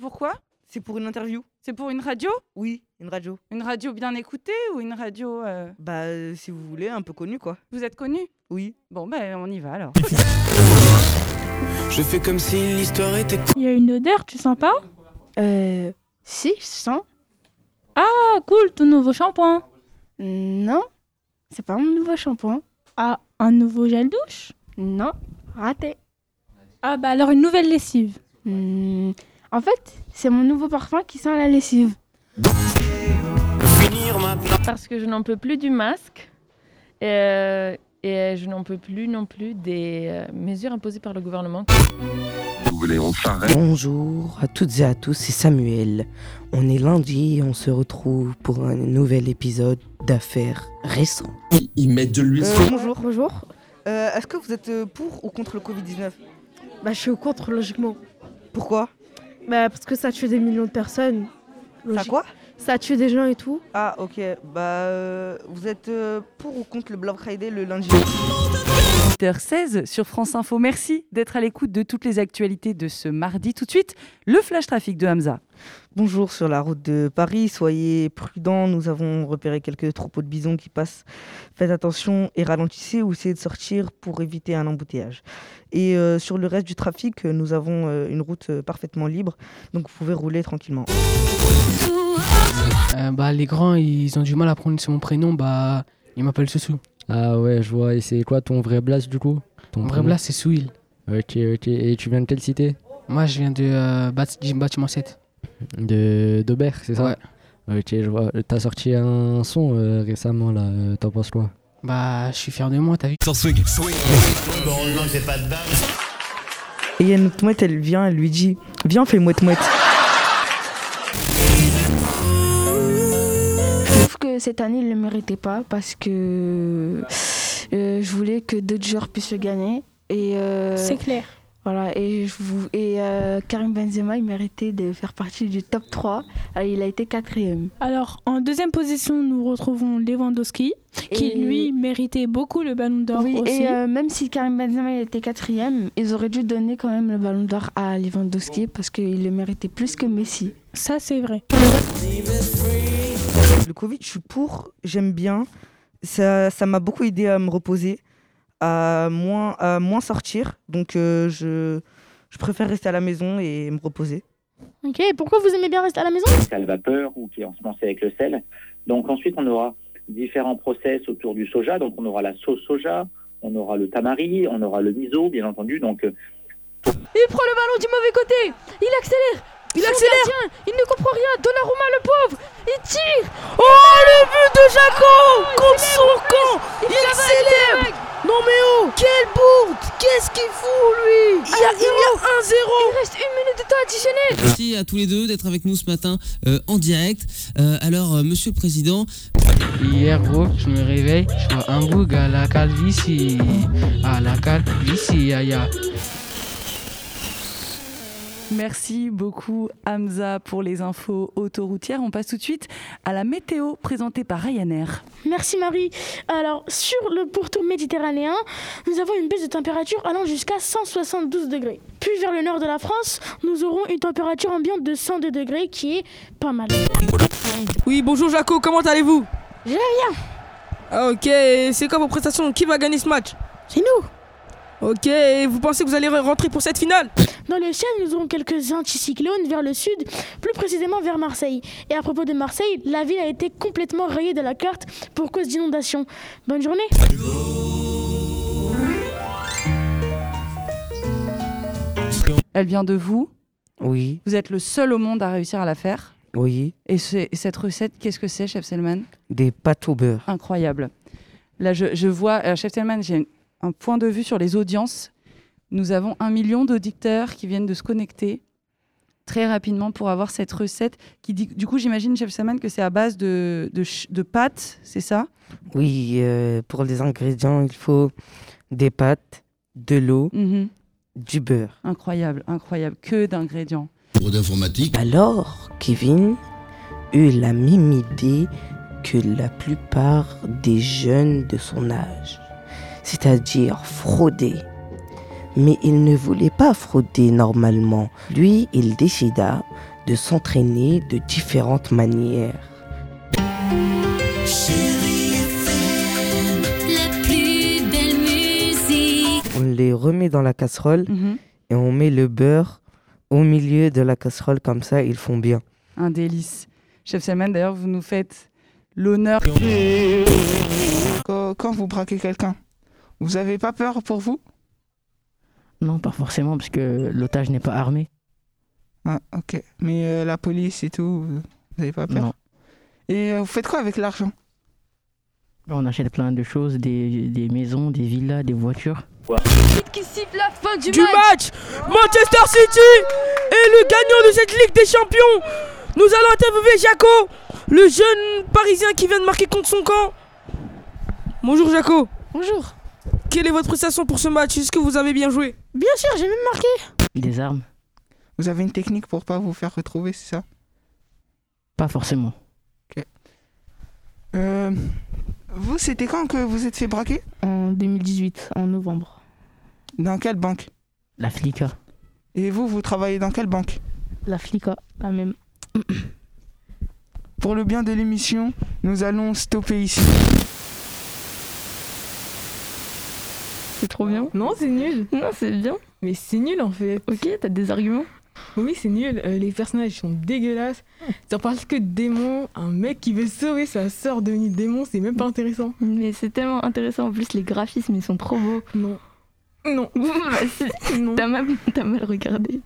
pourquoi C'est pour une interview C'est pour une radio Oui, une radio. Une radio bien écoutée ou une radio... euh, Bah, euh, si vous voulez, un peu connu quoi. Vous êtes connu Oui. Bon, ben on y va alors. Je fais comme si l'histoire était Il y a une odeur, tu sens pas Euh. Si, je sens. Ah cool, ton nouveau shampoing. Non, c'est pas mon nouveau shampoing. Ah, un nouveau gel douche Non, raté. Ah bah alors une nouvelle lessive. Hmm, En fait, c'est mon nouveau parfum qui sent la lessive. finir maintenant. Parce que je n'en peux plus du masque euh, et je n'en peux plus non plus des euh, mesures imposées par le gouvernement. Oh, Vous voulez, on s'arrête Bonjour à toutes et à tous, c'est Samuel. On est lundi et on se retrouve pour un nouvel épisode d'affaires récentes. Ils mettent de l'huile sur... bonjour. Bonjour. Euh, Est-ce que vous êtes euh, pour ou contre le Covid-19 Bah, je suis au contre, logiquement. Pourquoi Bah, parce que ça tue des millions de personnes. Ça Logique. quoi Ça tue des gens et tout. Ah ok, bah euh, vous êtes euh, pour ou contre le Black Friday le lundi 8h16 sur France Info. Merci d'être à l'écoute de toutes les actualités de ce mardi. Tout de suite, le flash trafic de Hamza. Bonjour sur la route de Paris, soyez prudents, nous avons repéré quelques troupeaux de bisons qui passent. Faites attention et ralentissez ou essayez de sortir pour éviter un embouteillage. Et euh, sur le reste du trafic, euh, nous avons euh, une route euh, parfaitement libre, donc vous pouvez rouler tranquillement. Euh, bah, les grands, ils ont du mal à prononcer mon prénom, bah, ils m'appellent Soussou. Ah ouais, je vois. Et c'est quoi ton vrai blast du coup Ton Mhm. Mon vrai prénom blast, c'est Souil. Ok, ok. Et tu viens de quelle cité Moi, je viens de euh, Bat- du bâtiment 7. De d'Aubert, c'est ça Ouais. Ok, je vois. T'as sorti un son euh, récemment là. euh, T'en penses quoi Bah, je suis fier de moi, t'as vu Sans swing. Et il y a une autre mouette, elle vient, elle lui dit Viens, on fait mouette-mouette. Je trouve que cette année, il ne le méritait pas parce que euh, je voulais que d'autres joueurs puissent le gagner. Et, euh, C'est clair. voilà, et, je vous, et euh, Karim Benzema, il méritait de faire partie du top 3. Alors, il a été quatrième. Alors en deuxième position, nous retrouvons Lewandowski, qui Et- lui méritait beaucoup le ballon d'or Oui, aussi. et euh, même si Karim Benzema il était quatrième, ils auraient dû donner quand même le ballon d'or à Lewandowski parce qu'il le méritait plus que Messi. Ça c'est vrai. Le Covid, je suis pour, j'aime bien. Ça ça m'a beaucoup aidé à me reposer, à moins, à moins sortir. Donc euh, je, je préfère rester à la maison et me reposer. Ok, pourquoi vous aimez bien rester à la maison sale vapeur ou qui est ensemencée avec le sel. Donc ensuite, on aura différents process autour du soja. Donc on aura la sauce soja, on aura le tamari, on aura le miso, bien entendu. Donc euh, Il prend le ballon du mauvais côté. Il accélère. Il accélère. il ne comprend rien. Donnarumma, le pauvre. Il tire. Oh, le but de Jaco contre son camp. Il, célèbre. Non mais oh, quelle bourde Qu'est-ce qu'il fout lui Il y a, 1-0 Il reste une minute de temps additionnel Merci à tous les deux d'être avec nous ce matin euh, en direct. Euh, alors, euh, Monsieur le Président, Hier, gros, je me réveille, je vois un boug à la calvitie. À la calvitie, aïe aïe. Merci beaucoup Hamza pour les infos autoroutières. On passe tout de suite à la météo présentée par Ryanair. Merci Marie. Alors, sur le pourtour méditerranéen, nous avons une baisse de température allant jusqu'à 172 degrés. Puis vers le nord de la France, nous aurons une température ambiante de 102 degrés qui est pas mal. Oui, bonjour Jaco, comment allez-vous Je vais bien. Ok, et c'est quoi vos prestations Qui va gagner ce match C'est nous Ok, et vous pensez que vous allez re- rentrer pour cette finale Dans le ciel, nous aurons quelques anticyclones vers le sud, plus précisément vers Marseille. Et à propos de Marseille, la ville a été complètement rayée de la carte pour cause d'inondations. Bonne journée Elle vient de vous. Oui, Vous êtes le seul au monde à réussir à la faire. oui, Et, c'est- et cette recette, qu'est-ce que c'est, Chef Selman des pâtes au beurre. Incroyable. Là, je, je vois, euh, Chef Selman, j'ai une- un point de vue sur les audiences. Nous avons un million d'auditeurs qui viennent de se connecter très rapidement pour avoir cette recette qui dit, du coup j'imagine Chef Selman que c'est à base de, de, ch- de pâtes, c'est ça Oui, euh, pour les ingrédients, il faut des pâtes, de l'eau, Mhm. du beurre. Incroyable, incroyable. Que d'ingrédients. Pour d'informatique. Alors, Kevin eut la même idée que la plupart des jeunes de son âge, c'est-à-dire frauder. Mais il ne voulait pas frauder normalement. Lui, il décida de s'entraîner de différentes manières. La plus belle musique. On les remet dans la casserole et on met le beurre au milieu de la casserole, comme ça ils font bien. Un délice. Chef Salman, d'ailleurs, vous nous faites l'honneur. Quand quand vous braquez quelqu'un, vous avez pas peur pour vous Non, pas forcément, parce que l'otage n'est pas armé. Ah, ok. Mais euh, la police et tout, vous n'avez pas peur Non. Et euh, vous faites quoi avec l'argent On achète plein de choses, des, des maisons, des villas, des voitures. Qui siffle la fin du, du match. Manchester City est le gagnant de cette Ligue des Champions. Nous allons interviewer Jaco, le jeune Parisien qui vient de marquer contre son camp. Bonjour Jaco. Bonjour. Quelle est votre prestation pour ce match Est-ce que vous avez bien joué Bien sûr, j'ai même marqué. Des armes Vous avez une technique pour pas vous faire retrouver, c'est ça Pas forcément. Euh, Vous, c'était quand que vous êtes fait braquer En 2018, en novembre. Dans quelle banque La Flica. Et vous, vous travaillez dans quelle banque La Flica, la même. Pour le bien de l'émission, nous allons stopper ici. C'est trop bien. Non, c'est nul. Non, c'est bien. Mais c'est nul en fait. Ok, t'as des arguments Oui, c'est nul. Euh, les personnages sont dégueulasses. Ils en parlent que de démons. Un mec qui veut sauver sa sœur devenue démon, c'est même pas intéressant. Mais c'est tellement intéressant. En plus, les graphismes, ils sont trop beaux. Non. Non. T'as mal, t'as mal regardé.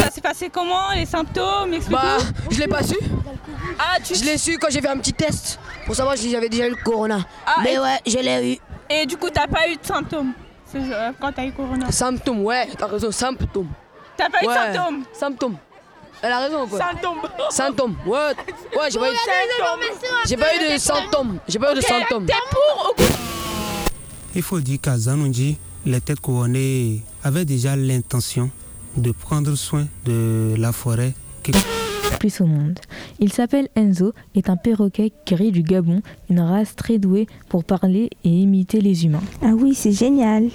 Ça s'est passé comment Les symptômes Bah, je l'ai pas su. Bah, Ah, tu... Je l'ai su quand j'ai fait un petit test pour savoir si j'avais déjà eu le corona. Ah, Mais et- oh. ouais, je l'ai eu. Et du coup, t'as pas eu de symptômes ce- euh, quand t'as eu Corona Symptômes, ouais, t'as raison, symptômes. T'as pas eu de Ouais, symptômes Symptômes. Elle a raison ou quoi Symptômes. Symptômes, ouais. Ouais, j'ai pas eu de symptômes. J'ai pas eu de symptômes. J'ai pas eu de symptômes. Il faut dire qu'à Zanonji, les têtes couronnées avaient déjà l'intention de prendre soin de la forêt. qui- plus au monde. Il s'appelle Enzo, est un perroquet gris du Gabon, une race très douée pour parler et imiter les humains. Ah oui, c'est génial.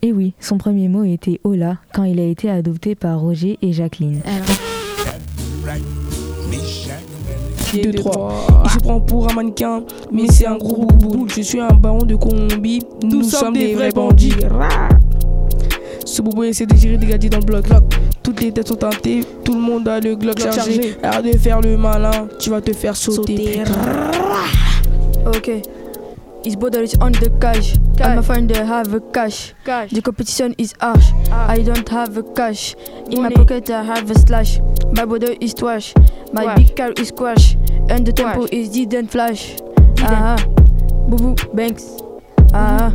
Et oui, son premier mot était Hola quand il a été adopté par Roger et Jacqueline. Pied de trois. Il se prend pour un mannequin, mais c'est un gros bouboule. Je suis un baron de combi, nous, sommes des vrais bandits. Rah. Ce boubou essaie de gérer des gadgets dans le bloc. Toutes les têtes sont teintées, tout le monde a le glock Glock chargé. chargé. Arrête de faire le malin, tu vas te faire sauter. Ok. Is brothers on the cash. I'm a friend that have a cash. Ah. The competition is harsh. I don't have a cash. In my pocket I have a slash. My brother is trash. My Wash. big car is crash. And the tempo is didn't flash. Ah ah. Boubou Banks. Ah ah.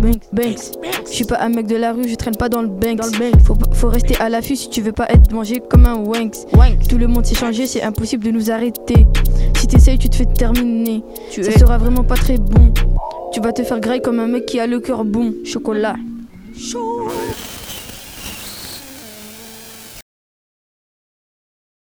Banks. Banks. Je suis pas un mec de la rue, je traîne pas dans le Banks. Faut, pas- faut rester à l'affût si tu veux pas être mangé comme un Wanks. Tout le monde s'est changé, c'est impossible de nous arrêter. Si t'essayes, tu te fais terminer. Tu Ça es- sera vraiment pas très bon. Tu vas te faire griller comme un mec qui a le cœur bon. Chocolat.